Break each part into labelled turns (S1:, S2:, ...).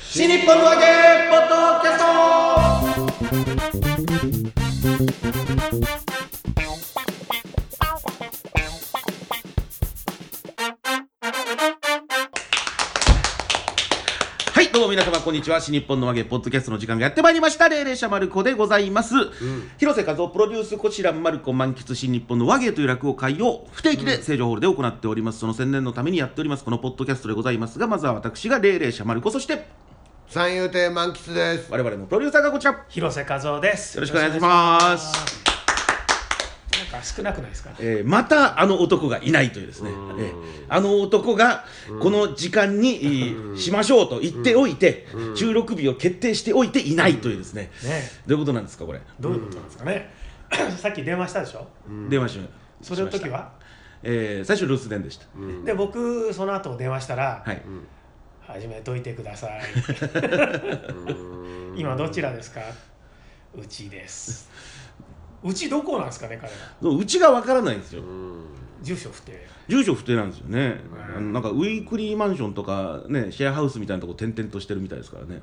S1: 新日本の揚げポッドキャストはい、どうも皆様、こんにちは。新日本の揚げポッドキャストの時間がやってまいりました。霊霊者丸子でございます。広瀬和夫プロデュース、こちら、丸子満喫新日本の和芸という落語会を不定期で成城ホールで行っております。その宣伝のためにやっております、このポッドキャストでございますが、まずは私が霊霊者丸子、そして、
S2: 三遊亭満喫です。
S1: 我々のプロデューサーがこちらよ
S3: 広瀬和夫です。
S1: ろしくお願いします
S3: なんか少なくないですか。
S1: えーまたあの男がいないというですね、えーあの男がこの時間に、えーしましょうと言っておいて、収録日を決定しておいていないというですね、
S3: ね、
S1: どういうことなんですかこれ、
S3: どういうことなんですかね。 さっき電話したでしょ。
S1: 電話しました
S3: それの時は。
S1: えー最初留守電でした、
S3: で、僕、その後電話したら、
S1: はい、
S3: 始めといてくだ さい。今どちらですか。うちです。うちどこなんですかね、彼は。
S1: そううちがわからないんですよ
S3: 住所不定。
S1: 住所不定なんですよね、あのなんかウィークリーマンションとかねシェアハウスみたいなとこ転々としてるみたいですからね、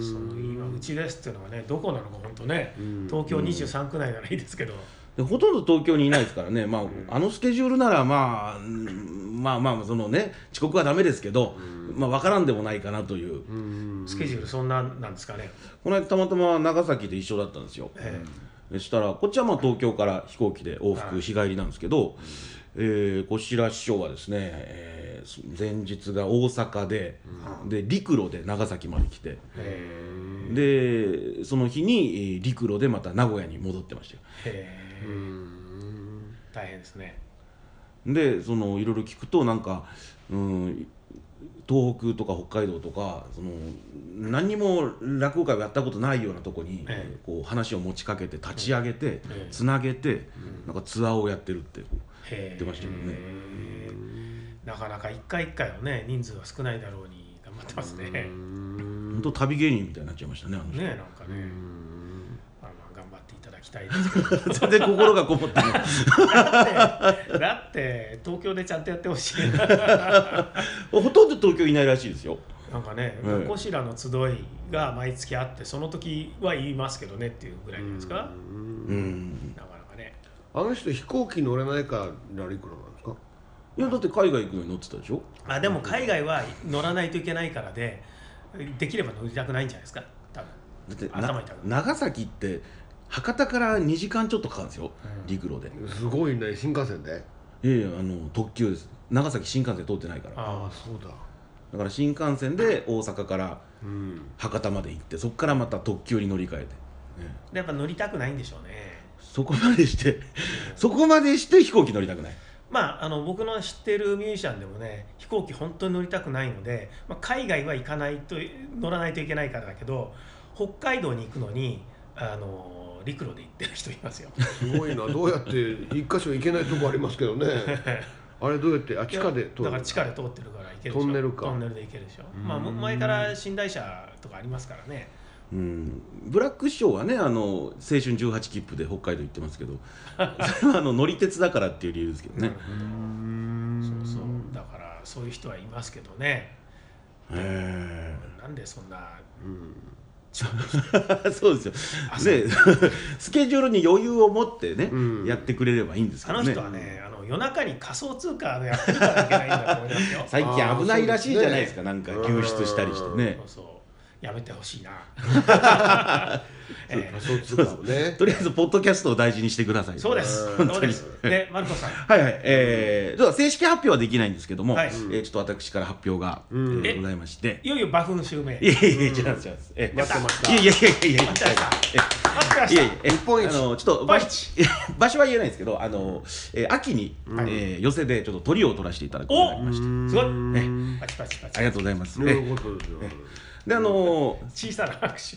S3: その今うちですっていうのがね、どこなのか本当ね。東京23区内ならいいですけど。
S1: でほとんど東京にいないですからね、まあ、あのスケジュールなら、まあ、うんまあまあそのね遅刻はダメですけど、まあ、分からんでもないかなという、
S3: スケジュールそんななんですかね。
S1: この間たまたま長崎で一緒だったんですよ、
S3: え
S1: そしたらこっちはまあ東京から飛行機で往復日帰りなんですけど、えー、こしら師匠はですね、えー前日が大阪で,、で陸路で長崎まで来て
S3: ええ
S1: でその日にえー陸路でまた名古屋に戻ってましたよ
S3: ええ大変ですね。
S1: でそのいろいろ聞くとなんか、うん、東北とか北海道とかその何にも落語会をやったことないようなとこに、
S3: ええ
S1: こう話を持ちかけて立ち上げて、
S3: え
S1: つなげて、なんかツアーをやってるって
S3: へ
S1: 出ましたけどね
S3: えなかなか一回一回はね人数は少ないだろうに頑張ってますね。ね
S1: 本当旅芸人みたいになっちゃいましたねあの人
S3: えなんかね、まあまあ頑張っていただきたいですけど
S1: 全 然心がこもってない
S3: だってだって東京でちゃんとやってほし いな
S1: ほとんど東京いないらしいですよ
S3: なんかね
S1: ええ
S3: こしらの集いが毎月あってその時は言いますけどねっていうぐらいじゃないですか。
S1: うん
S3: なかなかね。
S2: あの人飛行機乗れないから、らいくらなんですか。
S1: いやだって海外行くのに乗ってたでしょ
S3: あでも海外は乗らないといけないからでできれば乗りたくないんじゃないですか多分。
S1: だってな
S3: 頭痛くな
S1: 長崎って博多から2時間ちょっとかかるんですよ、陸路です
S2: ごいね、新幹線で。
S1: いやいやあの特急です長崎新幹線通ってないから
S3: ああ
S2: そうだ。
S1: だから新幹線で大阪から
S2: うん。
S1: 博多まで行ってそこからまた特急に乗り換えて、ね
S3: でやっぱ乗りたくないんでしょうね。
S1: そこまでして そこまでして飛行機乗りたくない
S3: まあ、あの僕の知ってるミュージシャンでもね飛行機本当に乗りたくないので、まあ、海外は行かないと乗らないといけないからだけど北海道に行くのにあの陸路で行ってる人いますよ
S2: すごいな、どうやって一箇所行けないとこありますけどね。あれどうやって、あ、 地下で通る。
S3: だから地下で通ってるから行けるでしょ
S2: トンネルか
S3: トンネルで行けるでしょ、
S2: うん
S3: まあ、も前から寝台車とかありますからね
S1: うんブラック師匠はねあの青春18切符で北海道行ってますけどそれはあの乗り鉄だからっていう理由ですけどね、
S2: うん
S3: そうそうだからそういう人はいますけどね
S1: へ
S3: なんでそんな
S2: うん。
S1: え そうですよで スケジュールに余裕を持ってね、
S2: うん
S1: やってくれればいいんですけ
S3: あ
S1: ど
S3: の
S1: ね
S3: 人はねあの夜中に仮想通貨のやってるからいけないんだと思いますよ
S1: 最近危ないらしいじゃないですか
S2: あー
S1: なんか
S2: そうですね
S1: 救出したりしてね
S3: そうそうやめてほしいな。
S2: そう
S3: え
S2: 仮想通貨をね。
S1: とりあえずポッドキャストを大事にしてください
S3: ーそうです。
S2: うん
S3: そうです。ね、マルコさん。
S1: はいはい、えー、では正式発表はできないんですけども、
S3: はい
S1: えーちょっと私から発表が、
S2: うん
S1: えーございまして
S3: いよいよバフン襲名。
S1: いや
S3: 待
S1: いやいや違うんです違うんですえー
S2: やってました
S1: いやいやいやいやいや
S3: ってました。待ってま
S1: い
S3: し
S1: や
S3: た
S1: いや。え
S2: 日本一
S1: あのちょっと場所 場所は言えないんですけどあの、えー秋に、
S2: はい
S1: えー寄せでちょっと鳥を取らせていただくことになりまして
S3: すごい
S2: うん
S3: パチパチパ
S1: あ
S3: チ
S1: り。がとうございます、
S2: そう
S1: え
S2: いうことですよ。
S1: ーであの
S3: 小さな拍
S1: ー
S3: 手。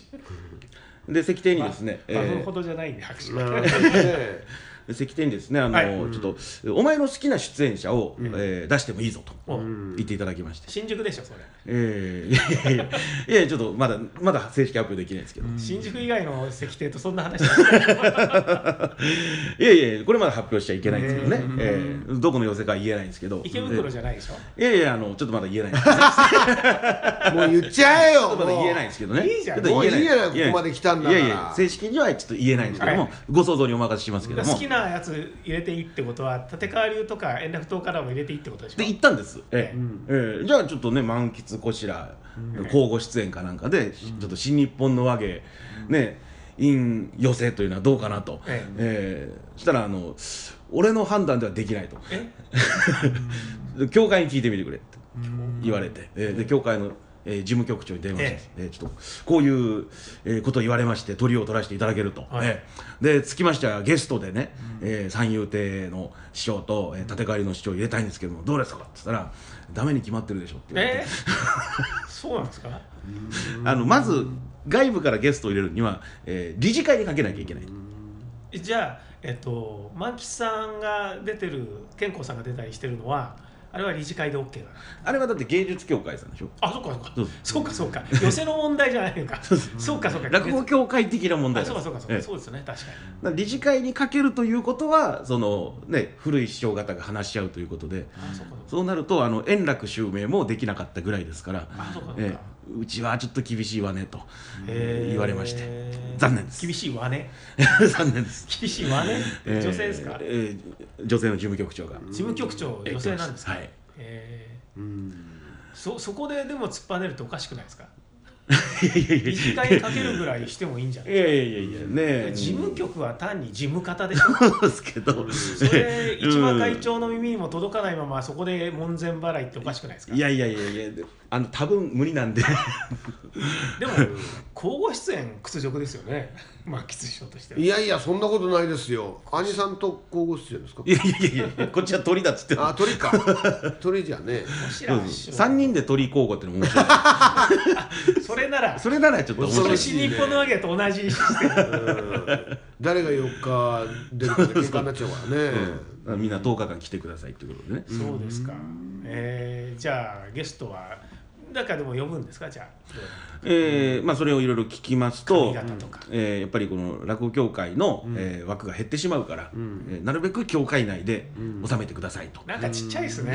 S1: で石庭にですね、え
S3: バ
S1: ー
S3: フンほどじゃないね拍手
S2: な
S3: が。
S2: るほどね。
S1: 石庭にですねあの、
S3: はい
S1: ちょっとお前の好きな出演者を、えー出してもいいぞと
S3: お
S2: うん
S1: 言っていただきまして、
S3: 新宿でしょそれ。
S1: えーいやいやいやいやいやちょっとまだまだ正式発表できないですけど、い
S3: 新宿以外の石庭とそんな 話
S1: やいやこれまだ発表しちゃいけないんですけどね、
S3: うん
S1: ええどこの寄せかは言えないんですけど
S3: 池袋じ
S1: ゃ
S3: ゃないでしょ
S1: いやいやあのちょっとまだ言えないんですけど ちょ
S2: もう言っち ゃえ
S1: っ
S2: よ
S1: とまだ言えないん
S2: い
S1: ですけどね
S3: いいじゃん
S1: ちょっと言え
S2: もういいじゃないここまで来たんだから
S1: いやいや正式にはちょっと言えないんですけども、
S3: はい
S1: ご想像にお任せしますけども
S3: 好きなやつ入れていいってことは立川流とか円楽島からも入れていいってことでしょ
S1: で行ったんです、ええ
S2: うん
S1: ええじゃあちょっとね満喫こちら交互出演かなんかで、ちょっと新日本の和芸、ねイン寄せというのはどうかなと、
S3: え
S1: ええそしたらあの俺の判断ではできないと
S3: え
S1: 教会に聞いてみてくれって言われて、えーで教会の、えー事務局長に電話して、えーちょっとこういう、えーことを言われまして鳥を取らせていただけると、
S3: はい
S1: えーでつきましてはゲストでね、えー三遊亭の師匠と、えー、立川流の師匠を入れたいんですけどもどうですかって言ったら「ダメに決まってるでしょ」って言われて
S3: えそうなんですか
S1: あのまず外部からゲストを入れるには、えー理事会にかけなきゃいけない。
S3: じゃあえっと万吉さんが出てる健康さんが出たりしてるのはあれは理事会で OK なの
S1: あれはだって芸術協会さんでしょ
S3: あそっかそっか
S1: そうです
S3: そうかそうか寄せの問題じゃないのかそうかそうか
S1: 落語協会的な問題
S3: あ
S1: で
S3: そう
S1: す
S3: かそうかそう
S1: え
S3: か
S1: え
S3: そうですよね確かに
S1: だから理事会にかけるということはその、ね、古い師匠方が話し合うということで
S3: あそうかそうか
S1: そうなるとあの円楽襲名もできなかったぐらいですから、
S3: あそうかそう
S1: え
S3: か
S1: えうちはちょっと厳しいわねと
S3: へえ
S1: 言われまして 残念です
S3: 厳しいわね
S1: 残念です、
S3: 厳しいわね
S1: ええ
S3: 女性ですか
S1: ええ女性の事務局長が
S3: 事務局長
S1: ええ
S3: 女性なんですか
S1: はい
S3: え
S2: うん
S3: えそそこででも突っぱねるとおかしくないですか
S1: いやいやいや
S3: 理事会にかけるぐらいしてもいいんじゃない
S1: いやいやいやいやねえ
S3: 事務局は単に事務方でしょ
S1: そうですけど
S3: それ
S1: うん
S3: 一番会長の耳にも届かないままそこで門前払いっておかしくないですか
S1: いやいやいやいやあの多分無理なんで
S3: でも交互出演屈辱ですよね まあ吉師匠としてはい
S2: やいやそんなことないですよ兄さんと交互出演ですか
S1: いやいやいやいやこっちは鳥だっつってる
S2: あ鳥 か鳥じゃね
S1: そ
S3: 白
S1: う
S3: 浜
S1: で
S3: 師
S1: す
S3: 匠
S1: 三人で鳥交互っていうのも面白い
S3: それなら
S1: それならちょっと面
S3: そ
S1: 白
S3: の
S1: い
S3: 新日本のわけと同じシステム
S2: うん誰が4日出るかで喧嘩になっちゃうからね、
S1: うんみんな10日間来てくださいってことでね
S3: そうですか、えーじゃあゲストはだからでも呼ぶんですかじゃあ
S1: えーまあ、それをいろいろ聞きますと
S3: 髪型とか、
S1: えーやっぱりこの落語協会の、えー枠が減ってしまうから、えーなるべく協会内で収めてくださいと、
S3: なんかちっちゃいですね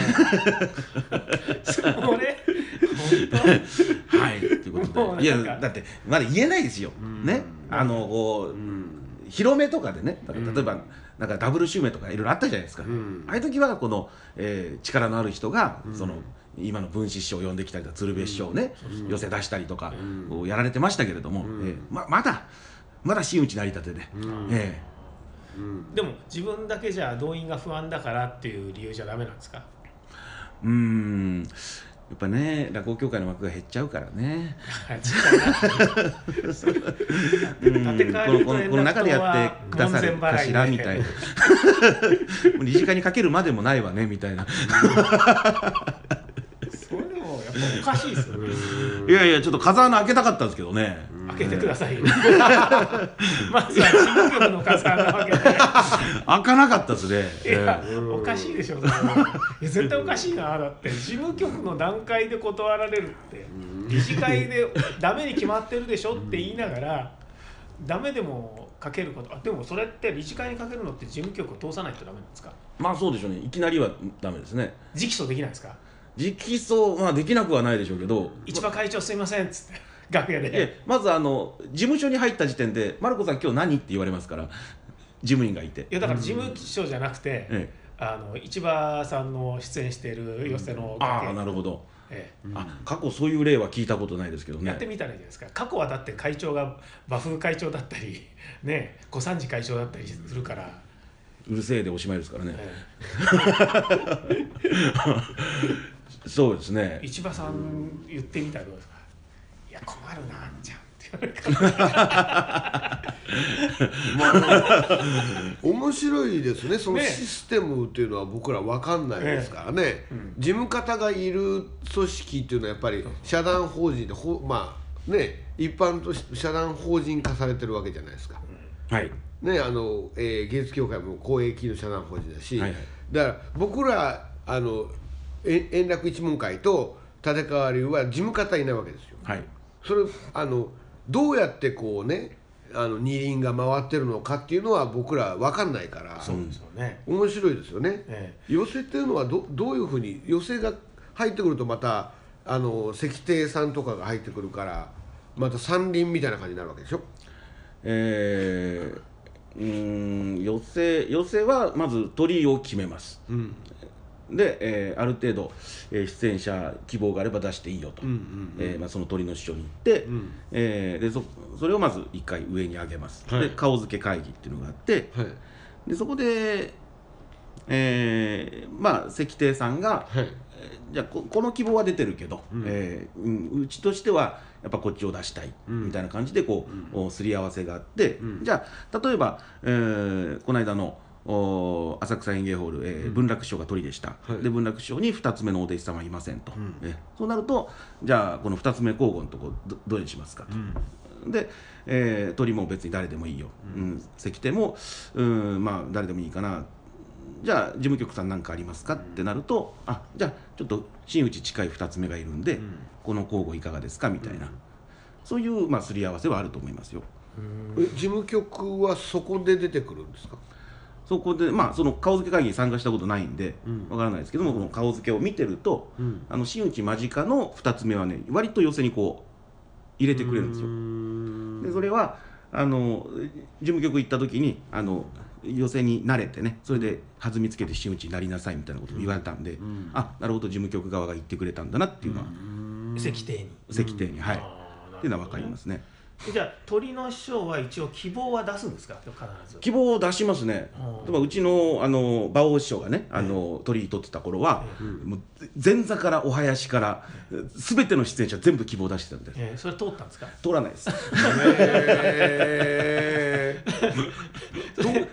S3: それ本
S1: はいというこ
S3: も
S1: と
S3: うなん
S1: で
S3: か
S1: いやだってまだ言えないですよ、ねあのこう、広めとかでねだから例えば、なんかダブル襲名とかいろいろあったじゃないですか、
S2: ん
S1: ああいう時はこの、えー力のある人が、その今の文枝師匠を呼んできたりとか鶴瓶師匠をね、寄せ出したりとか、こうやられてましたけれども、えーままだまだ真打ちなりたてで、え
S3: 当でも自分だけじゃ動員が不安だからっていう理由じゃダメなんです
S1: ー
S3: か
S1: うーんやっぱね落語協会の枠が減っちゃうからね。
S3: ちっちゃいなそれ
S1: うん
S3: 立川流
S1: この
S3: と
S1: この
S3: 円楽
S1: この中で
S3: と
S1: や
S3: は
S1: ってくださる
S3: 門前
S1: か
S3: 払いで
S1: しらみたいなもう理事会にかけるまでもないわねみたいな
S3: それでもやっぱおかしいですよね
S1: いやいやちょっと風穴開けたかったんですけどね
S3: 開けてください よまずは事務局の傘なわけで
S1: 開かなかったですね
S3: いや
S1: え、
S3: おかしいでしょ、それはいや絶対おかしいな、だって、事務局の段階で断られるって、理事会でダメに決まってるでしょって言いながら、ダメでもかけること、あでもそれって理事会にかけるのって事務局を通さないとダメなんですか、
S1: えまあそうでしょうねいきなりはダメですね
S3: 直訴できないですか、
S1: 直訴まあできなくはないでしょうけど
S3: 一番会長すいませんっつって、楽屋
S1: いや
S3: で、
S1: まずあの事務所に入った時点で「マルコさん今日何?」って言われますから事務員がいて
S3: いやだから事務所じゃなくて、
S1: え
S3: あの市場さんの出演している寄せの
S1: あ
S3: 楽
S1: あ
S3: 屋
S1: なるほど、
S3: ええ
S1: あ過去そういう例は聞いたことないですけど
S3: やって
S1: ね
S3: みたらいいじゃないですか過去はだって会長が馬風会長だったり ね小三治会長だったりするから、
S1: うるせえでおしまいですからね
S3: え
S1: そうですね
S3: え市場さん言ってみたらどうですかいや困るなあんちゃんって言われる から
S2: 面白いですねその
S3: ね
S2: システムっていうのは僕ら分かんないですからね事務方がいる組織っていうのはやっぱり社団法人でほまあね一般とし社団法人化されてるわけじゃないですか、
S1: はい
S2: ねあの、えー、芸術協会も公益の社団法人だし、
S1: はいはい
S2: だから僕らあのえ円楽一門会と立川流は事務方いないわけですよ
S1: はい
S2: それあのどうやってこうねあの二輪が回ってるのかっていうのは僕ら分かんないから
S3: そうですよね、
S2: 面白いですよね。
S3: え
S2: 寄せっていうのはどどういうふうに寄せが入ってくるとまたあの石庭さんとかが入ってくるからまた山林みたいな感じになるわけでしょ
S1: えー、うーん寄せ寄せはまず鳥居を決めます
S2: うん
S1: で、えーある程度、えー出演者希望があれば出していいよと、
S2: うんうん
S1: えーまあ、その鳥の師匠に行って、
S2: うん
S1: えーでそそれをまず1回上に上げます、
S2: はい
S1: で顔付け会議っていうのがあって
S2: はい
S1: でそこで、えーまあ石亭さんが、
S2: はい
S1: えーじゃあここの希望は出てるけど、
S2: うん
S1: えーうんうちとしてはやっぱこっちを出したい
S2: うん
S1: みたいな感じでこう、おすり合わせがあって、
S2: うん
S1: じゃあ例えば、えーこの間のお浅草園芸ホール、えー文楽師匠が鳥でした、
S2: はい
S1: で文楽師匠に2つ目のお弟子様いませんと、
S2: ん
S1: えーそうなるとじゃあこの2つ目候補のとこどどれにしますかと。
S2: うん
S1: で、えー鳥も別に誰でもいいよ、うん石庭も、うん、まあ誰でもいいかなじゃあ事務局さん何かありますかってなるとあじゃあちょっと真打ち近い2つ目がいるんで、
S2: ん
S1: この交互いかがですかみたいな、そういう、まあ、すり合わせはあると思いますよ。
S2: え事務局はそこで出てくるんですか
S1: そこでまあその顔付け会議に参加したことないんで
S2: うん
S1: わからないですけども、この顔付けを見てると、
S2: うん
S1: あの真打ち間近の2つ目はね割と寄せにこう入れてくれるんですよ。でそれはあの事務局行った時にあの寄せに慣れてねそれで弾みつけて真打ちになりなさいみたいなことを言われたんで、
S2: ん
S1: あなるほど事務局側が言ってくれたんだなっていうのは、
S3: 石庭に、
S1: 石庭に、はいっ
S3: あー
S1: ていうのは分かりますね
S3: じゃあ鳥の師匠は一応希望は出すんですか必ず
S1: 希望を出しますね
S3: あー
S1: 例えばうちのあの馬王師匠がねあの鳥居取ってた頃は、もう前座からお囃子から全ての出演者全部希望を出してたんで
S3: えー、それ通ったんですか
S1: 通らないです
S2: へーと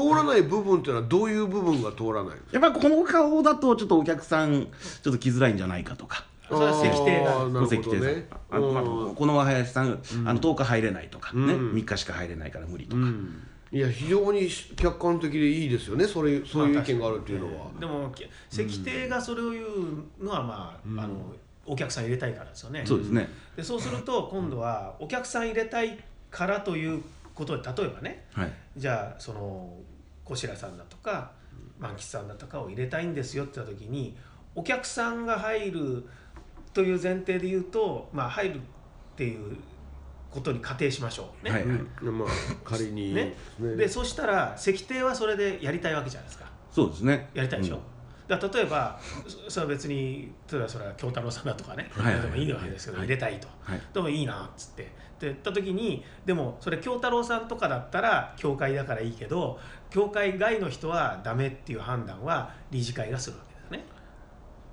S2: 通らない部分っていうのはどういう部分が通らない
S1: やっぱこの顔だとちょっとお客さんちょっと来づらいんじゃないかとか
S3: それは石庭なん
S2: あーなるほどね
S1: あまあ
S2: うん
S1: この若林さん、あの10日入れないとか、ね
S2: うん
S1: 3日しか入れないから無理と
S2: う
S1: か、
S2: んいや非常に客観的でいいですよねそれそういう意見があるっていうのは
S3: でもき石庭がそれを言うのはまあ,、あのお客さん入れたいからですよね
S1: そうですね、
S3: でそうすると今度はお客さん入れたいからということで例えばね
S1: はい、
S3: じゃあその小白さんだとか万吉さんだとかを入れたいんですよって言った時にお客さんが入るという前提で言うとまあ入るっていうことに仮定しましょうね。
S1: はい
S2: うんまあ仮に
S3: ね
S2: ね
S3: でそしたら石庭はそれでやりたいわけじゃないですか
S1: そうですね
S3: やりたいでしょ、だから例えばそそれは別に例えばそれは京太郎さんだとかね、
S1: はいはい
S3: でもいいわけですけど、
S1: はい
S3: 入れたいと、
S1: はい
S3: でもいいなっつってって言った時にでもそれ京太郎さんとかだったら教会だからいいけど教会外の人はダメっていう判断は理事会がするわけですね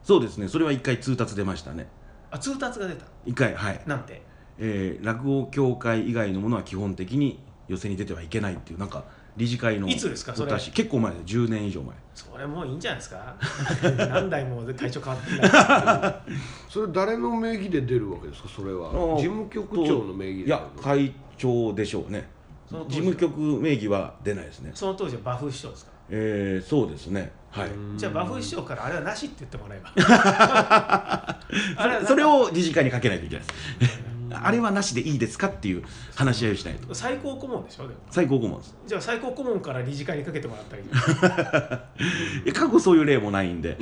S1: そうですねそれは1回通達出ましたね
S3: あ通達が出た
S1: 1回はい、
S3: なんて
S1: えー落語協会以外のものは基本的に寄せに出てはいけないっていうなんか理事会の
S3: いつですかそれ
S1: お達し結構前です10年以上前
S3: それもういいんじゃないですか 何代も会長変わってんだから
S2: それ誰の名義で出るわけですかそれは
S1: あー
S2: 事務局長の名義で
S1: いや会長でしょうね
S3: その当
S1: 事
S3: 時は
S1: 務局名義は出ないですね
S3: その当時はバフ師匠ですか
S1: えー、そうですねはい
S3: じゃあバフ師匠からあれはなしって言ってもらえ ばあ
S1: それ
S3: は
S1: それを理事会にかけないといけないです あれはなしでいいですかっていう話し合いをしないと
S3: 最高顧問でしょでも
S1: 最高顧問です
S3: じゃあ最高顧問から理事会にかけてもら ったり
S1: いや過去そういう例もないん で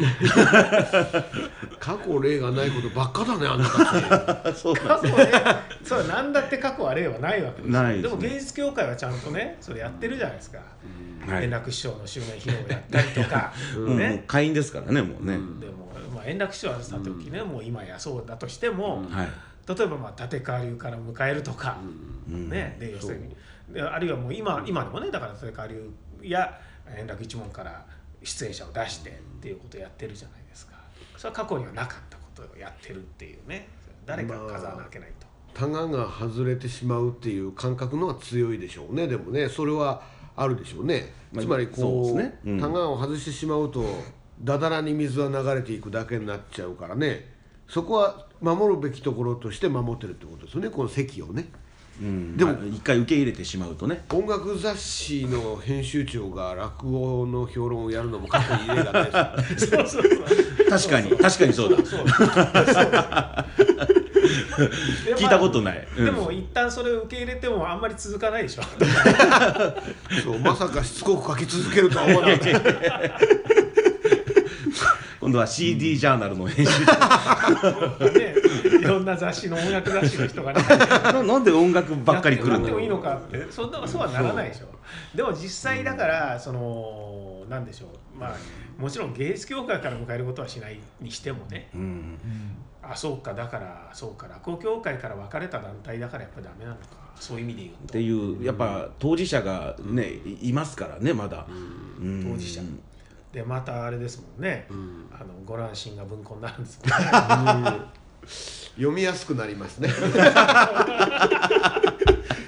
S2: 過去例がないことばっかだねあんな方
S1: そうなんで
S3: 過去ねそうなんだって過去は例はないわけですよ
S1: ないですね
S3: も芸術協会はちゃんとねそれやってるじゃないですか、
S1: すはい
S3: 円楽師匠の襲名披露をやったりとか、
S1: うんもう
S3: ね
S1: 会員ですからねもうね、
S3: でも、まあ、円楽師匠はさておきね、もう今やそうだとしても、
S1: はい、
S3: 例えばまあ立川流から迎えるとか、
S1: うん
S3: ね、で要するにであるいはもう今今でもねだから立川流や円楽一門から出演者を出してっていうことをやってるじゃないですかそれは過去にはなかったことをやってるっていうね誰かが風穴開けないと、
S2: タガが外れてしまうっていう感覚のは強いでしょうねでもねそれはあるでしょうね、
S1: まあ
S2: つまりこ
S1: そう
S2: う
S1: ですねうん
S2: タガを外してしまうとだだらに水は流れていくだけになっちゃうからねそこは守るべきところとして守ってるってことですよねこの席をね
S1: うん
S2: でも
S1: まあ一回受け入れてしまうとね
S2: 音楽雑誌の編集長が落語の評論をやるのも過去に例がないですから
S3: そうそうそう
S1: 確かに確かにそうだ
S3: そうそうそう
S1: 聞いたことないうん
S3: でも一旦それを受け入れてもあんまり続かないで しょ
S2: そうまさかしつこく書き続けるとは思わなか った
S1: 今度は CD ジャーナルの編 集、
S3: ねいろんな雑誌の音楽雑誌の人がね
S1: ななんで音楽ばっかり来るん
S3: やって
S1: だ
S3: もいい
S1: ろ
S3: のかってそんなそうはならないでしょでも実際だからそのなんでしょうまあもちろん芸術協会から迎えることはしないにしてもね
S1: う、うん、
S3: あそうかだからそうか落語協会から別れた団体だからやっぱダメなのかそういう意味で言う
S1: っていうやっぱ当事者がねいいますからねまだ、うん
S3: 当事者とでまたあれですもんね、
S2: うん
S3: あのご乱心が文庫になるんです
S2: 読みやすくなりますね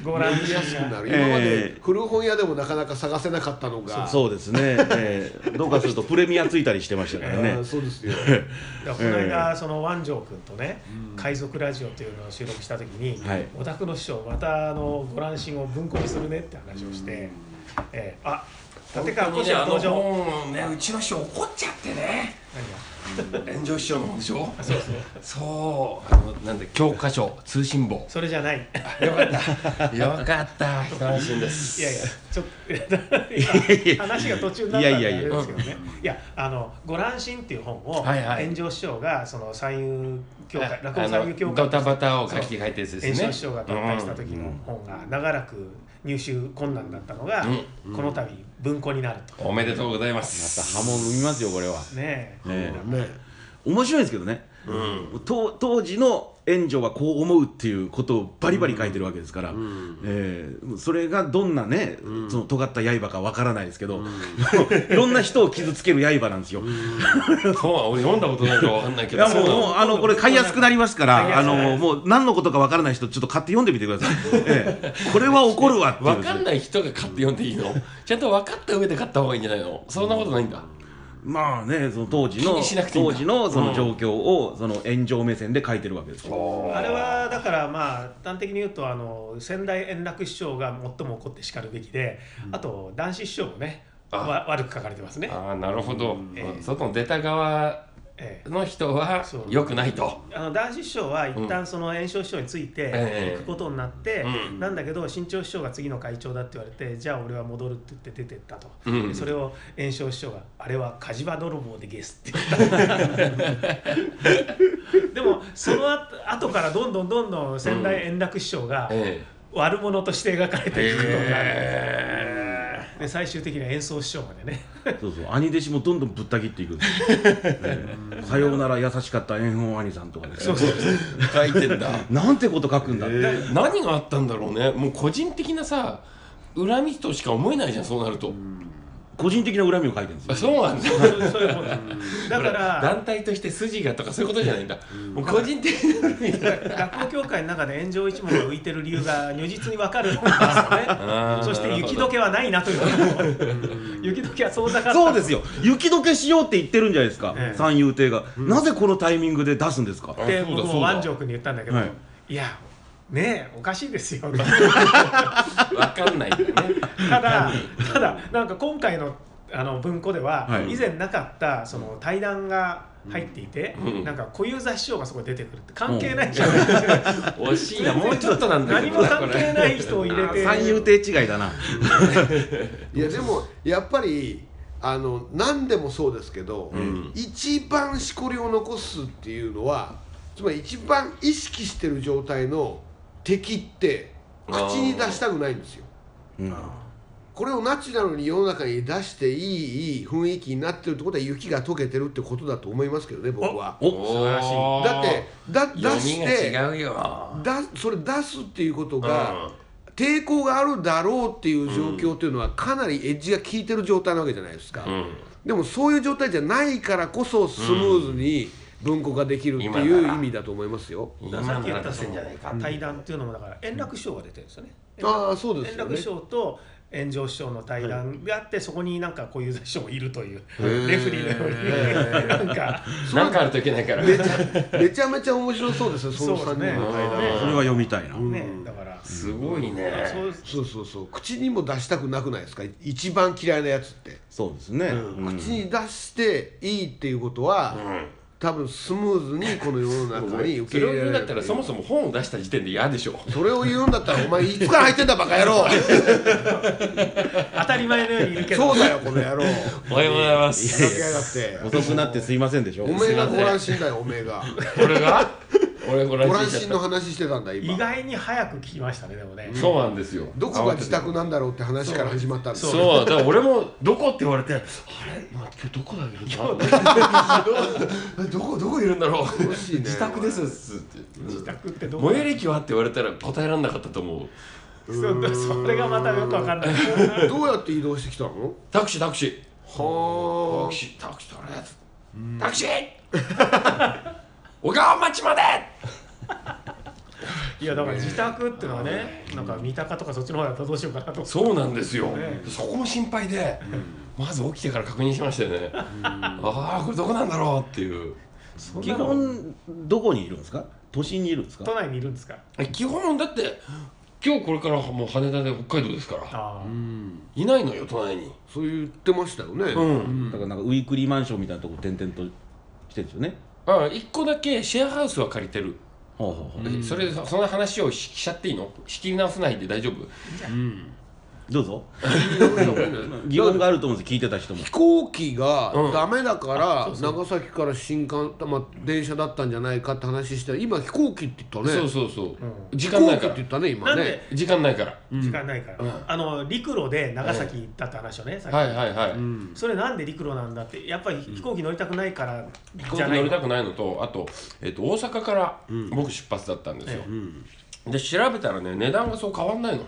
S3: ご乱
S2: 読み
S3: 心
S2: やすく
S3: が
S2: なる
S1: えー
S2: 今まで古本屋でもなかなか探せなかったのが
S1: そうですね、えーどうかするとプレミアついたりしてましたからね
S2: あーそうですよ
S3: だからこの間、その万丈君とね「海賊ラジオ」っていうのを収録した時に、
S1: はい
S3: お宅の師匠またあのご乱心を文庫にするねって話をして、ええあ立川
S4: も
S3: 君
S4: しあ
S3: の
S4: の
S3: 登場
S4: 本ねうちの師匠怒っちゃってね炎上師匠の本でしょ
S3: そうそう
S4: そうあのなんで教科書通信簿
S3: それじゃないい
S4: よかったよかった一安心で す
S3: やいやちょっと今話が途中になったんであれですけどねいやあの「ご乱心」っていう本を
S4: はいはい
S3: 炎上師匠がその三遊協
S4: あ
S3: 会落語
S4: あ
S3: 三
S4: の
S3: 遊協会と
S4: ド
S3: して
S4: タバタを書き換えたやつで
S3: 炎
S4: すね
S3: 上師匠が脱退した時の本が長らく入手困難だったのが、この度文庫になると。
S4: うんおめでとうございま
S1: ますた波紋生みますよこれは、
S3: ねえ
S1: えー
S2: ね
S1: 面白いですけどね、当当時の援助はこう思うっていうことをバリバリ書いてるわけですから、えーそれがどんなね、その尖った刃かわからないですけど、 いろんな人を傷つける刃なんですよ。
S4: そう俺読んだことないからわかんないけ
S1: い
S4: ど
S1: やもう
S4: そうなの
S1: もうあのこれ買いやすくなりますからあ
S3: 買いやすくなる
S1: のもう何のことかわからない人ちょっと買って読んでみてくだ さい、ええこれは怒るわっていう
S4: わかんない人が買って読んでいいのちゃんと分かった上で買った方がいいんじゃないのそんなことないんだ
S1: まあねその当時
S4: 気
S1: の
S4: にしなくていいん
S1: 当
S4: だ
S1: 時のその状況を、その炎上目線で書いてるわけですよ
S3: あれはだからまあ端的に言うとあの先代円楽師匠が最も怒ってしかるべきで、あと男子師匠もねわ悪く書かれてますね。
S4: ああなるほど、
S3: ええ
S4: 外の出た側
S3: ええ
S4: の人は
S3: そう
S4: 良くないと
S3: あの男子師匠は一旦その円生師匠について
S4: ええ
S3: 行くことになって、
S4: うん
S3: なんだけど新潮師匠が次の会長だって言われてじゃあ俺は戻るって言って出てったと、
S4: うん
S3: でそれを円生師匠が「あれは火事場泥棒でゲ ス」って言ったでもその後後からどんどんどんどん先代円楽師匠が
S4: え
S3: 悪者として描かれていくことになる、
S4: え
S3: で最終的には演奏師匠まで ね
S1: そうそう兄弟子もどんどんぶった切っていくんですよ、 ええさようなら優しかった円本兄さんとかです
S3: そうそう
S4: 書いてんだ
S1: なんてこと書くんだって、
S4: 何があったんだろうねもう個人的なさ恨みとしか思えないじゃんそうなると、
S1: 個人的な恨みを書いてるんです
S4: あ
S1: よ
S4: そうなんだ
S3: そうそういうもんだだか
S4: ほ
S3: ら
S4: 団体として筋がとかそういうことじゃないんだ、もう個人的な恨みが
S3: 学校協会の中で炎上一門が浮いてる理由が如実に分かるんですよ
S4: あ
S3: ね
S4: ー
S3: そして
S4: なるほど
S3: 雪解けはないなという雪解けはそうだか ら
S1: そうですよ雪解けしようって言ってるんじゃないですか、
S3: ええ
S1: 三遊亭が、なぜこのタイミングで出すんですか、
S4: あ
S3: で
S4: そうだ
S3: 僕
S4: そ
S3: も
S4: うだ
S3: 万丈君に言ったんだけど、
S1: はい
S3: い、やねえおかしいですよ
S4: 分かんないんだよ ね
S3: た だただなんか今回のあの文庫では、
S1: はい
S3: 以前なかったその対談が入っていて、
S4: うん
S3: なんか小遊三師匠がそこに出てくるって関係ないじゃないですか
S4: 惜しいな もうちょっとなんだけ
S3: 何
S4: ど
S3: も関係ない人を入れ
S1: あ
S3: て
S1: 三遊亭違いだな、
S2: いやでもやっぱりあの何でもそうですけど、
S4: ん
S2: 一番しこりを残すっていうのはつまり一番意識してる状態の敵って口に出したくないんですよ
S1: うん
S2: これをナチュラルに世の中に出していいいい雰囲気になってるってことは雪が溶けてるってことだと思いますけどね僕は
S1: お
S4: 素晴らしい
S2: だってだ出
S4: 読
S2: し
S4: み
S2: て
S4: が違うよ
S2: だそれ出すっていうことが、
S4: うん
S2: 抵抗があるだろうっていう状況っていうのはかなりエッジが効いてる状態なわけじゃないですか、
S4: ん
S2: でもそういう状態じゃないからこそスムーズに文庫ができるって
S4: 今
S2: い
S4: な
S2: う
S4: ら
S2: 意味だと思いますよ、
S4: 今
S3: さっき言
S4: な
S3: った
S4: ら出
S3: そ
S4: せん
S3: の
S4: じゃないか
S3: 対談っていうのもだから円楽師匠が出てるんですよね。
S2: ああそうです
S3: 円
S2: よ
S3: 楽
S2: ね
S3: 師匠と炎上師匠の対談があって、そこになんか小遊三師匠もいるという
S2: ー
S3: レフェリーのようになんか
S4: なんかあるといけないから
S2: めちゃめちゃめちゃ面白そうですよその3人の対談
S4: そうですね
S1: それは読みたいな、
S3: ねだからそ
S4: すごいね
S3: う
S2: そうそうそう口にも出したくなくないですか一番嫌いなやつって、
S1: そうですね、うん
S2: 口に出していいっていうことは、
S4: うん
S2: 多分スムーズにこの世の中に受け入れら
S4: それを言う
S2: れ
S4: ん
S2: る
S4: だったらそもそも本を出した時点で嫌でしょ
S2: それを言うんだったらお前いつから入ってんだバカ野 郎
S3: 当たり前のようにいるけど
S2: そうだよこの野郎
S4: おはようございま
S2: や
S4: す
S2: りやがって
S1: 遅くなってすいませんでしょ
S2: おめえがご乱心だよおめえ が
S4: 俺が俺ご
S2: ご
S4: 覧
S2: 乱
S4: し
S2: 心
S4: ち
S2: の
S4: ゃっ
S2: 話してたんだ今
S3: 意外に早く聞きましたねでもね、
S4: たそうなんですよ
S2: どこが自宅なんだろうって話から始まったんだよ
S4: そうだから俺もどこって言われてあれ今今日どこだけどなどこどこいるんだろう
S2: 欲しいね
S4: 自宅ですっつって
S3: 自宅ってどこ
S4: 最寄り駅はって言われたら答えられなかったと思う
S3: そうそれがまたよくわかんない
S2: どうやって移動してきたの
S4: タクシータクシータ
S2: は
S4: クシータクシー誰だタクシー小川町まで
S3: いやだから自宅っていうのはねなんか三鷹とかそっちの方だったらどうしようかなと思って
S4: そうなんですよ、
S3: ね
S4: そこも心配で、まず起きてから確認しましたよね、ああこれどこなんだろうっていう
S3: そん
S1: 基
S3: なの
S1: 本どこにいるんですか都心にいるんですか
S3: 都内にいるんですか
S4: 基本だって今日これからもう羽田で北海道ですから
S3: ああ、
S2: あうん
S4: いないのよ都内に
S2: そう言ってましたよね
S4: うん、
S1: だからなんかウィークリーマンションみたいなとこ転々としてるんですよね
S4: あ一個だけシェアハウスは借りてる、
S1: ほうほうほう
S4: えそれでそその話をししちゃっていいの仕切り直さないで大丈夫
S1: どうぞ疑問があると思うんです聞いてた人も
S2: 飛行機が
S4: うん
S2: ダメだから、
S4: そうそう
S2: 長崎から新幹、まあ、電車だったんじゃないかって話して今飛行機って言ったね
S4: そうそうそう、
S3: う
S4: 時
S2: 飛
S4: 間な
S2: 行機
S4: いか
S2: って
S4: ら
S2: 言ったね今
S3: なん
S2: ね
S3: で
S4: 時間ないから
S3: 時間ないから、あの陸路で長崎行ったって話をね、さっき
S4: はいはいはい、
S2: うん
S3: それなんで陸路なんだってやっぱり飛行機乗りたくないから
S4: 飛行機
S3: じゃないの
S4: 乗りたくないのとあと,、えっと大阪から僕出発だったんですよ、
S2: ん
S4: で調べたらね値段がそう変わんないの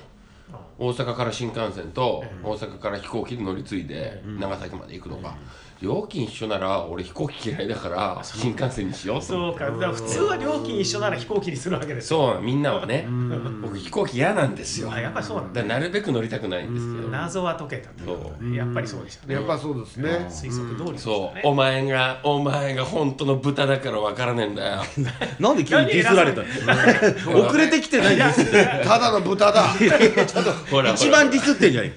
S4: 大阪から新幹線と大阪から飛行機で乗り継いで長崎まで行くのが料金一緒なら俺飛行機嫌いだから新幹線にしようと思って
S3: そうかだから普通は料金一緒なら飛行機にするわけですよ
S4: そうみんなはね僕飛行機嫌なんですよ
S3: あやっぱりそうなん
S4: だ
S3: だ
S4: からなるべく乗りたくないんですけど
S3: 謎は解けたってことだねやっぱりそうでしたね
S2: やっぱそうですね、
S3: 推測通りでした
S4: そ
S3: ね
S4: うお前がお前が本当の豚だから分からねえんだ よ
S1: なんで急にディスられたの遅れてきてないんです
S2: ただの豚だ
S4: ほらほら
S1: 一番ディスってんじゃない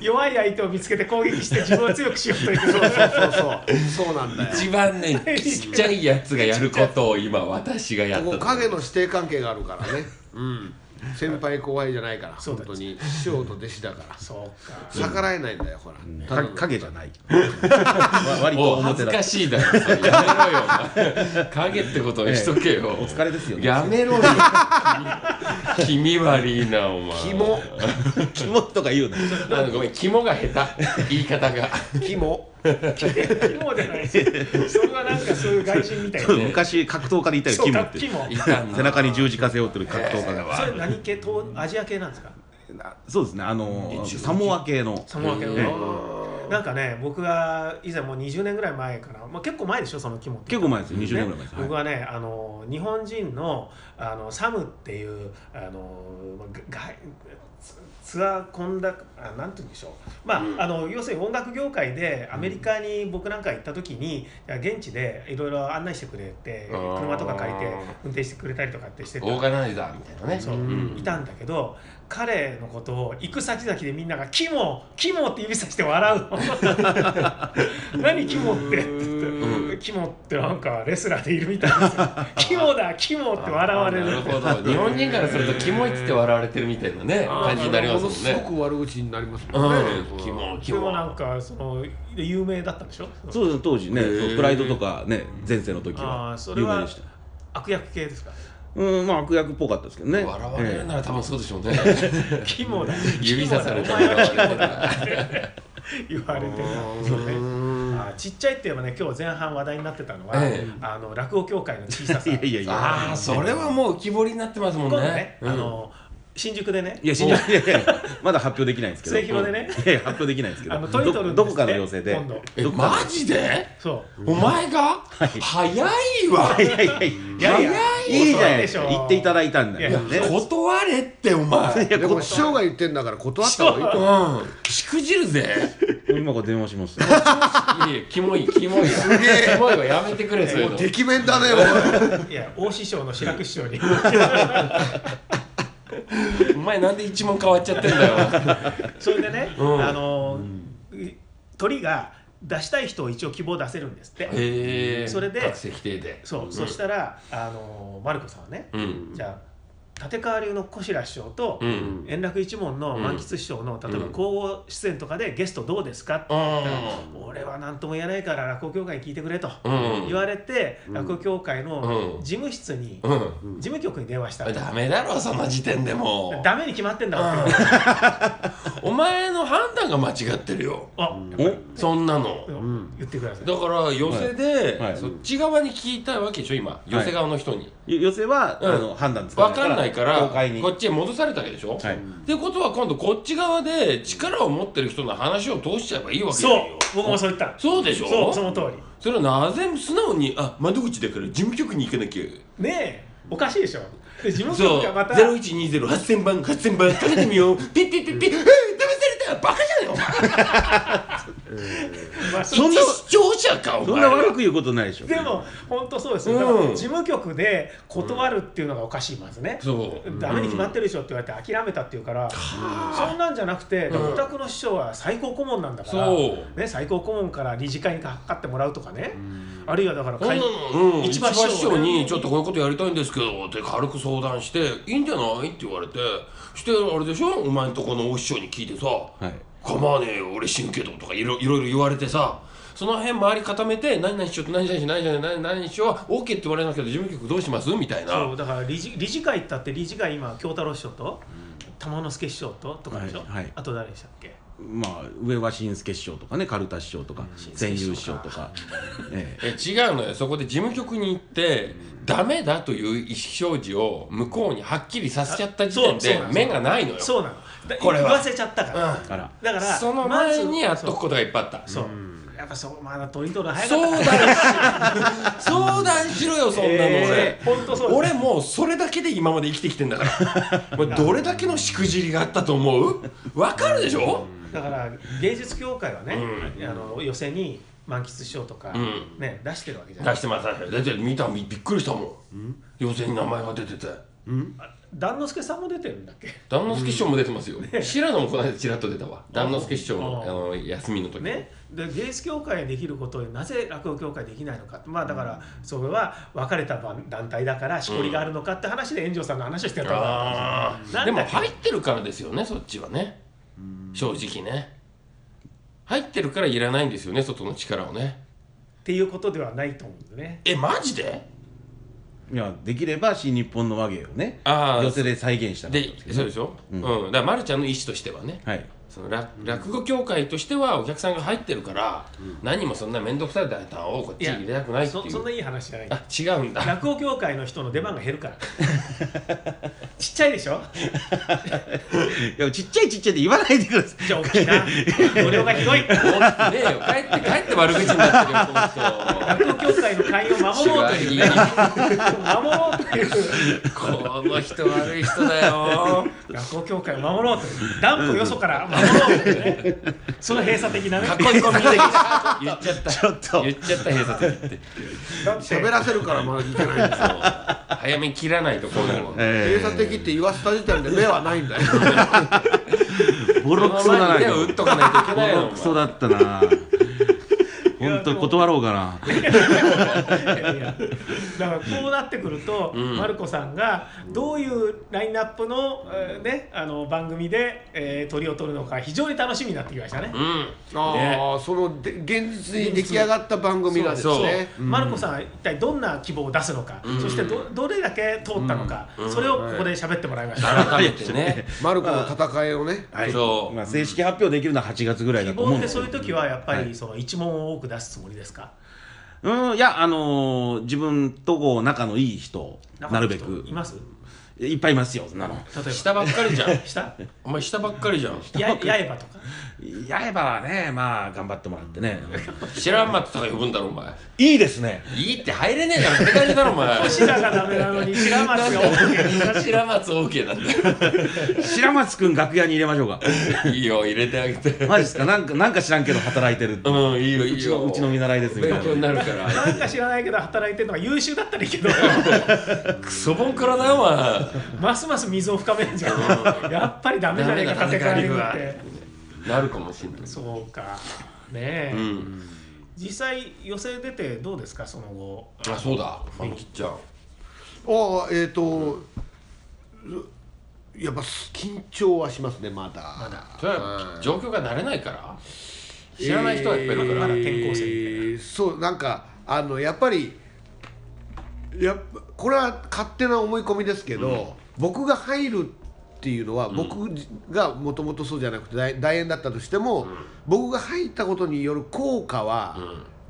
S3: 弱い相手を見つけて攻撃して自分を強くしようということ
S2: そうそうそうなんだよ
S4: 一番ねちっちゃいやつがやることを今私がやった
S2: ここと影の師弟関係があるからね、うん、先輩後輩じゃないから
S3: そう
S2: 本
S3: だ
S2: 当に師匠と弟子だから
S3: そうか
S2: 逆らえないんだよほら、ただ
S1: か
S2: の
S1: 影じゃないわ割と
S4: おう恥
S1: 表
S4: ず
S1: だ
S4: かしいだろそれやめろよお前影ってことにしとけよ、
S1: 疲れですよね
S4: やめろよ君君悪いなお前
S2: 肝
S1: キモとか言うの
S4: なんかごめん肝が下手言い方が
S2: 肝
S3: 肝じゃないしそれはなんかそういう外人みたいなね
S1: 昔格闘家でいたよ
S3: そう
S1: キモ
S3: か
S1: って
S3: 肝
S4: いたんだ
S1: 背中に十字架背負ってる格闘家
S4: え
S1: が
S4: ー
S3: それ何系東アジア系なんですか
S1: なそうですねあのサモア系の
S3: サモア系の
S4: え
S3: ねなんかね僕が以前もう20年ぐらい前かな、まあ、結構前でしょその肝って
S1: 結構前ですよ20年ぐらい前
S3: ね
S1: です
S3: 僕
S1: はい
S3: はねあの日本人のあのサムっていうあのまあががツツアーコンダあなんて言うんでしょうまあ,、あの要するに音楽業界でアメリカに僕なんか行った時に、現地でいろいろ案内してくれて
S4: あー
S3: 車とか借りて運転してくれたりとかってしてた
S4: オーガナイザーみたいなね
S3: そう、
S4: ん
S3: いたんだけど彼のことを行く先々でみんなが「キモキモ!」って指さして笑 うの何キモってって言ってキモってなんかレスラーでいるみたいです よキモだキモって笑われる
S4: なるほど日本人からするとキモいっつって笑われてるみたいなね感じになりますもん
S2: ものす
S4: ね
S2: ごく悪口になりますもんね、
S4: うんキモ
S3: で
S4: キ
S3: も
S4: モ
S3: なんかそので有名だったんでしょ
S1: そうです当時ねそうプライドとかね前世の時
S3: あ
S1: は
S3: ーそれ
S1: 有
S3: は
S1: 名でした
S3: 悪役系 ですか
S1: うんまあ悪役っぽかったですけどね
S4: 笑われるなら多分そうでしょうね
S3: キモだ
S4: 指さされた
S3: キモ
S4: ら
S3: だお前は
S4: 笑われるな
S3: 言われてるそうねあちっちゃいって言えばね今日前半話題になってたのは、
S4: ええ
S3: あの落語協会の小ささ
S1: いやいやいや
S4: ああそれはもう浮き彫りになってますもん
S3: 今
S4: ね
S3: 度ね、
S4: うん
S3: あの新宿でね
S1: いや信じられないいやいやまだ発表できないんですけど
S3: 末広でね
S1: うんいやいや発表できないんですけ
S3: あ
S1: ど
S3: のトリトル
S1: ど
S3: の
S1: どこかの要請で
S3: 今度
S4: え
S1: どこかの
S4: マジで
S3: そ
S4: お前が、早いわ
S1: いやいやいや
S3: いやいや
S1: いいじゃないです
S3: そ
S1: か
S3: うでしょ
S1: 言っていただいたんだよ
S3: い
S1: ね
S4: 断れってお前
S2: でも師匠が言ってんだから断った方がいいと思う
S4: うんしくじるぜ
S1: 今から電話しますよ
S4: いやいやキモいキモいすげえキモいはやめてくれそういうの
S2: てきめんだねおいう
S3: いや大師匠の志らく師匠に
S4: お前なんで一問変わっちゃってんだよ
S3: それでね、
S4: うん
S3: あの鳥が出したい人を一応希望出せるんですって、
S4: へ え
S3: それで
S4: 学生否定で
S3: そう、
S4: ん
S3: そしたらあのマルコさんはね、
S4: うん
S3: じゃあ立川流の小白師匠と、
S4: うん
S3: 円楽一門の満喫師匠の、例えば
S4: うん
S3: 交互出演とかでゲストどうですかって言ったら
S4: あー
S3: 俺は何とも言えないから落語協会に聞いてくれと
S4: うん
S3: 言われて、
S2: うん
S3: 落語協会の
S4: うん
S3: 事務室に、
S4: うん
S3: 事務局に電話したの
S4: ダメだろその時点でもう
S3: ダメに決まってんだって、
S4: お前の判断が間違ってるよ
S3: あ
S4: そんなの
S2: ん
S3: 言ってください
S4: だから寄せで、
S1: はいはい
S4: そっち側に聞いたわけでしょ今寄せ側の人に、
S1: よ寄せは、
S4: うん
S1: あの判断つ
S4: わ分かんないから
S1: 公開に
S4: こっちへ戻されたわけでしょ、
S1: はい
S4: ってことは今度こっち側で力を持ってる人の話を通しちゃえばいいわけ
S3: そ
S4: だ
S3: う
S4: よ
S3: 僕もそう言ったの
S4: そうでしょ
S3: そうその通
S4: それはなぜ素直にあ窓口だから事務局に行かなきゃ
S3: りねえおかしいでしょで事務
S4: そう
S3: 局がまた
S4: 01208000番8000番かけてみようピッピッピッピッえー騙されたバカじゃないお前
S3: まあ
S1: そんな
S4: 一視聴者かお前
S1: そんな悪く言うことないでしょ
S3: でも本当そうですよ、
S4: うん
S3: だから事務局で断るっていうのがおかしいまずね、
S4: そう
S3: ダメに決まってるでしょって言われて諦めたっていうから、そんなんじゃなくて、
S4: うん
S3: お宅の師匠は最高顧問なんだから、
S4: そう
S3: ね、最高顧問から理事会にかかってもらうとかね、あるいはだから
S4: そんな
S3: 会
S4: の、うん、
S3: 一
S4: 一
S3: 番
S4: 番
S3: 師匠
S4: 師匠に「ちょっとこういうことやりたいんですけど」って軽く相談して「いいんじゃない?」って言われてしてあれでしょお前んとこのお師匠に聞いてさ
S1: はい
S4: 「構わねえよ俺死ぬけど」とかいろいろいろ言われてさその辺周り固めて「何々しよう」何々しよう何々しよう何々しようは OK って言われなけど事務局どうしますみたいな
S3: そうだから理事理事会行ったって理事会今京太郎師匠と玉之助師匠ととかでしょ、
S1: はいはい
S3: あと誰でしたっけ
S1: まあ上は新助師匠とかね軽田師匠とか千遊師匠とか、え
S4: え違うのよそこで事務局に行ってダメだという意思表示を向こうにはっきりさせちゃった時点
S3: そうそ
S4: で
S3: うなの
S4: 目がないのよ
S3: そうなのだ
S4: これは
S3: 言わせちゃったから、
S4: うん
S1: えから
S3: だから
S4: その前にやっとくことがいっぱいあった
S3: そう、やっぱそうまだ取り取る早かった
S4: 相談し相談しろよそんなの
S3: え
S4: 俺
S3: ーほんとそうです
S4: 俺もうそれだけで今まで生きてきてんだ からもうどれだけのしくじりがあったと思うわかるでしょ
S3: だから芸術協会はね、
S4: う
S3: あの寄せに満喫師匠とか、
S4: うん
S3: ね出してるわけじゃない
S4: 出してます出てる見たびっくりしたもん予選に名前が出てて
S3: 段之助さんも出てるんだっけ
S4: 段之助師匠も出てますよ白野もこの間ちらっと出たわ段之助師匠の
S3: あ
S4: あの休みの時
S3: ね、で芸術協会ができることになぜ落語協会できないのかまあだからそれは別れた団体だからしこりがあるのかって話で炎上さんの話をしてたから、
S4: あ
S3: なんだ
S4: あで
S3: っけ
S4: も入ってるからですよねそっちはね正直ね入ってるからいらないんですよね外の力をね
S3: っていうことではないと思うんでね
S4: えマジで
S1: いやできれば新日本の和芸をね
S4: ああ
S1: 寄せで再現したかった
S4: でそうでしょ、うんだからまるちゃんの意思としてはね
S1: はい
S4: その落落語協会としてはお客さんが入ってるから、何もそんな面倒くさい大胆をこっちに入れたくないってい
S3: そうそんないい話じゃない
S4: あ違うんだ
S3: 落語協会の人の出番が減るから ちっちゃいでしょ
S1: いやちっちゃいちっちゃいって言わないでください
S3: じゃあ大きいな度量がひどい
S4: 大きくねえよ帰って帰って悪口になってるよこの人
S3: 落語協会の会員を守ろうというね守ろうという
S4: この人悪い人だよ
S3: 落語協会を守ろうという断固よそから守ろうというねその閉鎖的 なね
S4: 囲い込み的な言っちゃった
S1: ちょっと
S4: 言っちゃった閉鎖的って
S3: だって
S2: 喋らせるからまだ聞いてないんですよ
S4: 早めに切らないとこうなるもん
S1: え
S2: 閉鎖的って言わせた時点で目はないんだよ
S1: えボロクソだな
S4: その前に手を打っとかないといけない
S1: ボ
S4: よ
S1: ロクソだったな本当断ろうかない
S3: やだからこうなってくると、
S4: ん
S3: マルコさんがどういうラインナップの,、えーね、あの番組で、えー、鳥を取るのか非常に楽しみになってきましたね
S4: お。前うん
S2: ああそので現実に出来上がった番組がです
S4: そう
S2: ね
S3: マルコさんは一体どんな希望を出すのか、そしてどどれだけ通ったのか、それをここで喋ってもらいました。
S4: 改めてね
S2: マルコの戦いをね
S1: はい
S4: そう
S1: まあ、正式発表できるのは8月ぐらいだ
S3: 希
S1: と思う
S3: 望
S1: ん
S3: って
S1: ですけ
S3: そういう
S1: ど
S3: 時はやっぱ
S1: は
S3: りその一問を多く出すつもりですか、
S1: うんいやあのー自分とこう仲のいい人なるべ
S3: 中の
S1: く
S3: 人います例
S1: いっぱいいますよそんなの
S3: えば
S4: 下ばっかりじゃん
S3: 下
S4: お前下ばっかりじゃん
S3: ややえばとか
S1: やえばはねまあ頑張ってもらってね
S4: 知らんまってたから呼ぶんだろお前
S1: いいですね
S4: いいって入れねえからって感じだろお前
S3: 星田がダメなのに白松が OK
S4: 白松 OK なん
S1: 白松くん楽屋に入れましょうか
S4: だよいいよ入れてあげて
S1: マジですかなんかなんか知らんけど働いてるって
S4: うんいいよいいう
S1: ちの
S4: よ
S1: うちの見習いですみたい
S4: 勉
S1: な
S4: 強になるから
S3: なんか知らないけど働いてるのが優秀だったらいい けど
S4: クソボンからだよお前
S3: ますます溝を深めるんじゃんやっぱりダメじゃねえか
S4: ダメ
S3: 立
S4: だ
S3: 川流
S4: ダメ
S3: っ
S4: だ
S3: て
S4: なるかもしれない
S3: そうかねえ、
S4: うん
S3: 実際予選出てどうですかその後
S4: あそうだファンキッちゃん
S2: ああえっ、と、やっぱ緊張はしますねまだまだ
S4: それは状況が慣れないから知らない人はやっぱりいる
S3: まだ
S4: から、
S3: 転校生みたいな
S2: えーそうなんかあのやっぱりやっぱこれは勝手な思い込みですけど、僕が入るっていうのは僕がもともとそうじゃなくて大大円だったとしても、僕が入ったことによる効果は、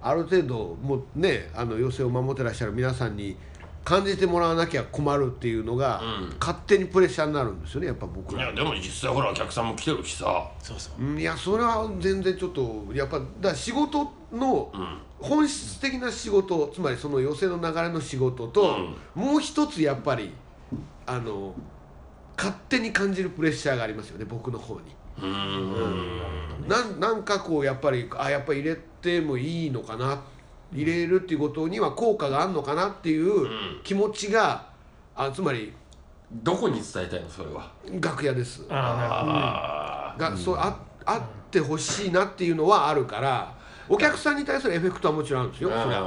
S2: ある程度もうねあの要請を守ってらっしゃる皆さんに感じてもらわなきゃ困るっていうのが、勝手にプレッシャーになるんですよねやっぱ僕
S4: い
S2: ら
S4: やでも実際ほらお客さんも来てるしさ
S3: そうそう
S2: うんいやそれは全然ちょっとやっぱだから仕事の本質的な仕事つまりその寄せの流れの仕事と、もう一つやっぱりあの勝手に感じるプレッシャーがありますよね僕の方に。うんなんなんかこうやっぱりあやっぱり入れてもいいのかな入れるっていうことには効果があるのかなっていう気持ちがあつまり
S4: どこに伝えたいのそれは
S2: 楽屋です。
S4: あ
S2: が、そうああってほしいなっていうのはあるからお客さんに対するエフェクトはもちろんあるんですよ、
S4: あ
S2: そりゃ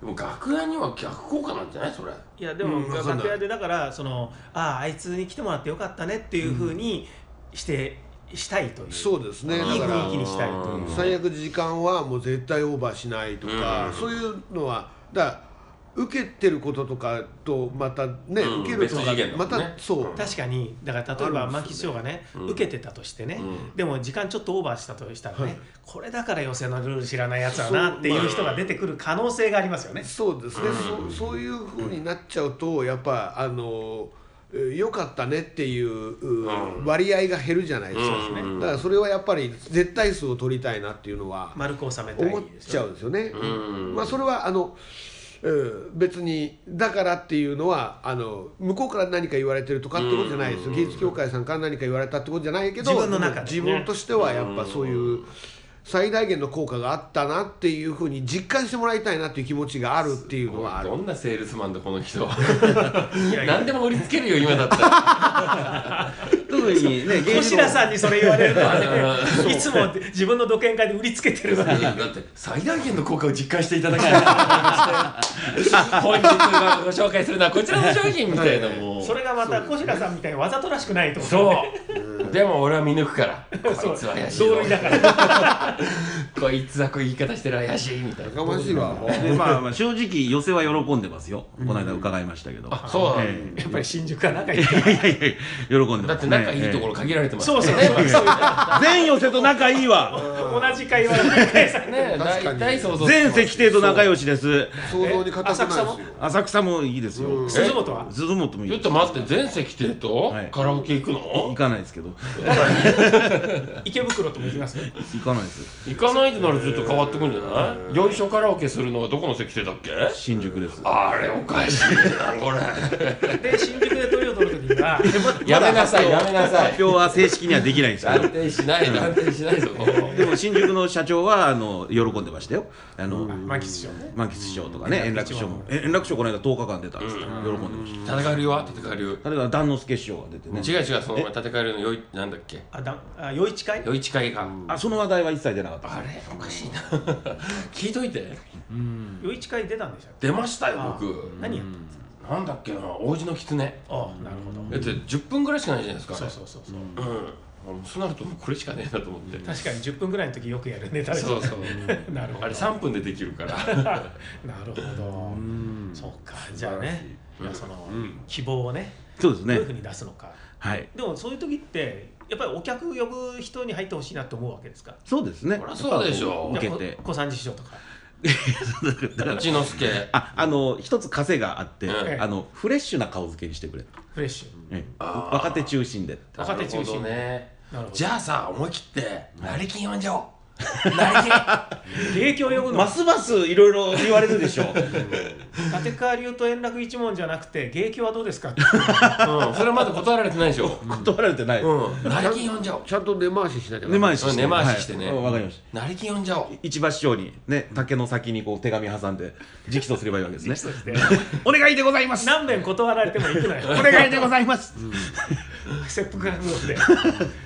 S4: でも楽屋には逆効果なんじゃないそれ
S3: いやでも、
S2: うんわかんない
S3: 楽屋でだからそのあああいつに来てもらってよかったねっていうふうにして、したいという
S2: そうですね
S3: いい
S2: だから
S3: 雰囲気にしたいといううん
S2: 最悪時間はもう絶対オーバーしないとか、
S4: うん
S2: そういうのはだから受けてることとかとまたね、
S4: うん
S2: 受けるとか、
S4: 別次元だも
S2: ま
S4: んね
S2: たそう、
S3: 確かにだから例え
S2: あ
S3: ば
S2: るんですよね
S3: 満喫師匠がね、
S4: うん
S3: 受けてたとしてね、
S4: う
S3: でも時間ちょっとオーバーしたとしたらね、
S2: はい
S3: これだから予選のルール知らないやつはなっていう人が出てくる可能性がありますよね。
S2: そうですね、そそういうふうになっちゃうとやっぱあのえー良かったねっていうう
S4: うん
S2: 割合が減るじゃないですか、
S4: そうですね
S2: だからそれはやっぱり絶対数を取りたいなっていうのは
S3: 丸く収めたい
S2: 思っ
S3: です
S2: ちゃ
S3: よ
S2: うんですよね。
S4: うん
S2: まあそれはあのうん別にだからっていうのはあの向こうから何か言われてるとかってことじゃないですよ技術協会さんから何か言われたってことじゃないけど
S3: 自分の中でね
S2: 自分としてはやっぱそういう最大限の効果があったなっていうふうに実感してもらいたいなっていう気持ちがあるっていうのはある
S4: どんなセールスマンだこの人
S3: いやいや
S4: 何でも売りつけるよ今だったら
S1: 特にね
S3: 小白さんにそれ言われるのは
S4: う
S3: ね、いつも自分の土建会で売りつけてるのに、
S4: だって最大限の効果を実感していただきたい本日ご紹介するのはこちらの商品みたいなもう
S3: それがまた小白さんみたいにわざとらしくないと思う
S4: そうでも俺は見抜くからこいつは怪しいぞ
S3: 同類だから。
S4: こいつはこういう言い方してる怪しいみたいな
S2: やかましいわ
S1: でまあ、まあ正直寄せは喜んでますよ、この間伺いましたけど
S4: あそうなの
S1: え
S3: やっぱり新宿は仲いい。
S1: えいやいやいや喜んでます、ね、
S4: だって仲いいところ
S1: え
S4: 限られてますか
S3: そ
S4: ら
S3: う
S4: ね
S3: そうそうそう
S1: え全寄せと仲いいわ
S3: 同じ会話を繰り返されて
S4: ね
S2: 確か
S4: 大
S2: に
S4: 体想像
S1: 全席亭と仲良しです
S2: 想像に固くないです
S3: 浅草も
S2: よ
S1: 浅草もいいですよ、
S2: うん
S1: え
S3: 辻元は
S1: 鈴本もいい
S4: ちょっ
S1: です
S4: と待って全席亭と
S1: はい
S4: カラオケ行くの、
S1: 行かないですけど
S3: 池袋とも行きます
S1: 行かないです
S4: 行かないでならずっと変わってくんじゃないよいしょカラオケするのはどこの席亭だっけ
S1: 新宿です
S4: あれおかしいなこれ
S3: で新宿でトリを取るときには
S4: やめなさ いやめなさい
S1: 発表は正式にはできないんですけど
S4: 断定しない断定しない ぞ
S1: でも新宿の社長はあの喜んでましたよあの、
S3: 満喫しようね
S1: 満喫師匠とかね円楽師匠もえ円楽師匠この間10日間出たんですよ喜んでまし
S4: 戦えるよ戦えるよ
S1: た例えば段之助師匠が出てね
S4: 違う違うその前戦えるのよいなんだっけ
S3: あだあ余市会
S4: よいちかいが
S1: あその話題は一切出なかった
S4: あれおかしいな 聞いといて
S3: 余市会出たんでしたっ
S4: 出ましたよ
S3: け
S4: 僕
S3: 何やったんですか
S4: なんだっけな王子の狐
S3: あなるほど
S4: だって10分ぐらいしかないじゃないですかあ
S3: そ
S4: れ
S3: うそうそうそう
S4: うんあそうなるともうこれしかねえなと思って
S3: 確かに10分ぐらいの時よくやるネタです
S4: そうそう
S3: なるほど
S4: あれ3分でできるから
S3: なるほどそうかじゃあねいやその希望をね
S1: そうです
S3: どう
S1: ね
S3: いうふうに出すのか
S1: はい
S3: でもそういう時ってやっぱりお客呼ぶ人に入ってほしいなと思うわけですか
S1: そうですね
S4: ほらそうでしょ
S1: 受けて
S3: じゃあこ小三治師匠とか
S4: 一之輔
S1: ああの一つ枷があって、
S4: うん
S1: あのフレッシュな顔付けにしてくれ、
S3: フレッシュ
S1: ええ
S4: あー
S1: 若手中心で
S3: 若手中心
S4: なるほどね
S3: なるほど
S4: じゃあさ思い切って成金呼んじゃおう成
S3: 景気を呼ぶのは
S1: ますますいろいろ言われるでし ょう
S3: 立川流と円楽一門じゃなくて芸協はどうですかって
S4: 金うんそれはまだ断られてないでしょ
S1: 断られてない、
S4: うん成金呼んじゃおう
S2: ちゃんと根回ししなきゃダメ
S1: 根回しして
S4: 根回ししてね
S1: はいわ、かりました
S4: 成金呼んじゃおう
S1: 市場師匠にね竹の先にこう手紙挟んで直訴すればいいわけですね
S3: で
S1: お願いでございます
S3: 何遍断られても行くなよ
S1: お願いでございます
S3: 切腹覚悟で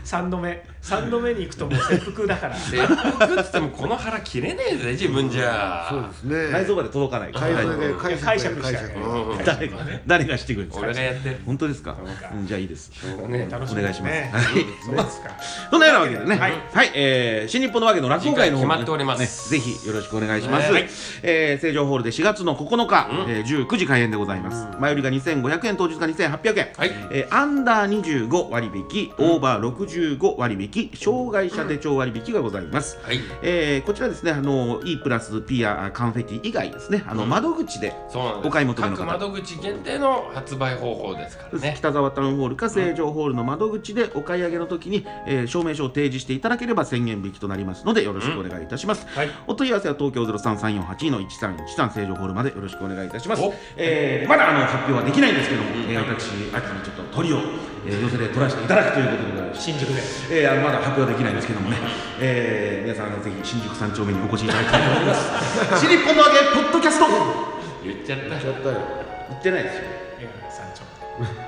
S3: 3度目3度目に行くともう切腹だから
S4: 切腹っつってもこの腹切れねえぜ自分じゃ
S2: そうですね
S1: 内臓まで届かないから
S2: 改造で
S4: うん
S2: 解釈
S3: 解釈したい
S2: 解釈
S4: うん
S1: 誰が誰がしてくれるんです
S4: 俺が
S1: か
S4: やって
S1: 本当ですか
S4: そうか
S1: うんじゃあいいです
S4: しょうがねえ
S3: 楽し
S1: お
S3: み
S1: 願いし
S3: です
S1: ます
S3: ね
S1: はい
S3: そうですか
S1: そんなようなわけでね、は
S3: はいい、
S1: えー新日本のわけの落語会の方も
S4: 次回決まっております
S1: ね、ぜひよろしくお願いします。
S4: はい
S1: えー成城ホールで4月の9日、えー19時開演でございます。前売りが2500円、当日が2800円。
S4: はい
S1: えーアンダー25割引、オーバー65割引、障害者手帳割引がございます。
S4: はい
S1: えーこちらですね、あの E プラスピアカンフェティ以外ですね、あの窓口で
S4: そうなんです
S1: お買い求めの方
S4: 各窓口限定の発売方法ですからね
S1: 北沢タウンホールか成城ホールの窓口でお買い上げの時に、えー証明書を提示していただければ1000円引きとなりますのでよろしくお願いいたします、
S3: はい
S1: お問い合わせは東京03348の1313成城ホールまでよろしくお願いいたします
S4: お、
S1: えーまだあの発表はできないんですけども、えー私秋にちょっと鳥を、えー寄せで取らせていただくということでございます
S3: 新宿で
S1: えー、あのまだ発表はできないんですけどもね、えー、皆さんあのぜひ新宿三丁目にお越しいただきたいと思います 新日本の揚げポッドキャスト言
S4: 言っちゃった
S2: やったよ
S1: ってないですよ
S3: 映画山頂